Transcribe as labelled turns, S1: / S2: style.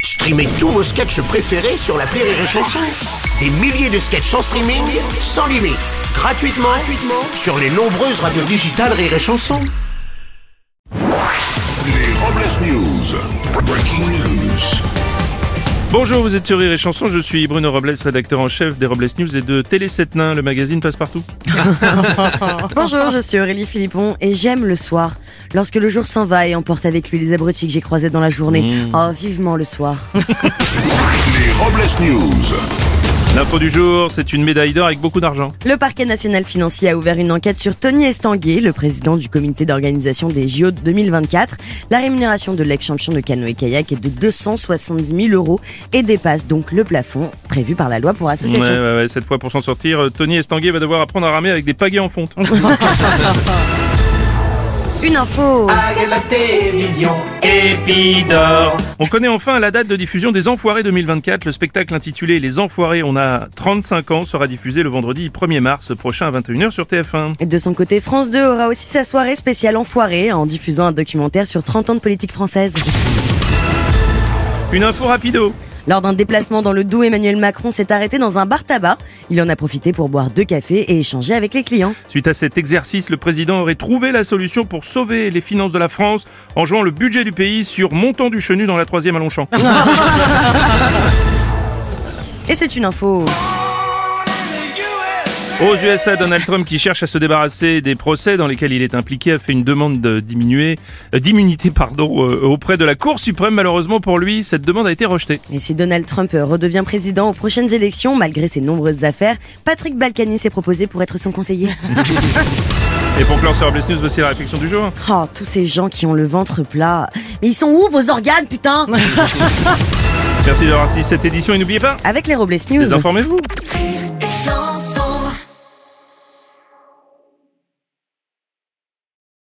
S1: Streamez tous vos sketchs préférés sur la Rire et Chanson. Des milliers de sketchs en streaming, sans limite, gratuitement, gratuitement sur les nombreuses radios digitales Rire et Chanson.
S2: Les Robles News. Breaking news.
S3: Bonjour, vous êtes sur Rire et Chanson, je suis Bruno Robles, rédacteur en chef des Robles News et de Télé 7 Nains, le magazine Passe-Partout.
S4: Bonjour, je suis Aurélie Philippon et j'aime le soir. Lorsque le jour s'en va et emporte avec lui les abrutis que j'ai croisés dans la journée. Oh, vivement le soir.
S2: Les Robles News.
S3: L'info du jour, c'est une médaille d'or avec beaucoup d'argent.
S4: Le parquet national financier a ouvert une enquête sur Tony Estanguet, le président du comité d'organisation des JO de 2024. La rémunération de l'ex-champion de canoë-kayak est de 270 000 euros et dépasse donc le plafond prévu par la loi pour
S3: Ouais,
S4: association.
S3: ouais, ouais, cette fois pour s'en sortir, euh, Tony Estanguet va devoir apprendre à ramer avec des pagaies en fonte.
S4: Une info
S3: On connaît enfin la date de diffusion des Enfoirés 2024. Le spectacle intitulé Les Enfoirés, on a 35 ans, sera diffusé le vendredi 1er mars prochain à 21h sur TF1.
S4: Et De son côté, France 2 aura aussi sa soirée spéciale enfoirée en diffusant un documentaire sur 30 ans de politique française.
S3: Une info rapido.
S4: Lors d'un déplacement dans le Doubs, Emmanuel Macron s'est arrêté dans un bar tabac. Il en a profité pour boire deux cafés et échanger avec les clients.
S3: Suite à cet exercice, le président aurait trouvé la solution pour sauver les finances de la France en jouant le budget du pays sur Montant du Chenu dans la troisième à Longchamp.
S4: Et c'est une info.
S3: Aux USA, Donald Trump, qui cherche à se débarrasser des procès dans lesquels il est impliqué, a fait une demande de diminuer- euh, d'immunité pardon, euh, auprès de la Cour suprême. Malheureusement pour lui, cette demande a été rejetée.
S4: Et si Donald Trump redevient président aux prochaines élections, malgré ses nombreuses affaires, Patrick Balkany s'est proposé pour être son conseiller.
S3: Et pour clore sur Robles News, voici la réflexion du jour.
S4: Oh, tous ces gens qui ont le ventre plat. Mais ils sont où vos organes, putain
S3: Merci d'avoir suivi cette édition et n'oubliez pas,
S4: Avec les Robles News.
S3: désinformez-vous.
S5: Rire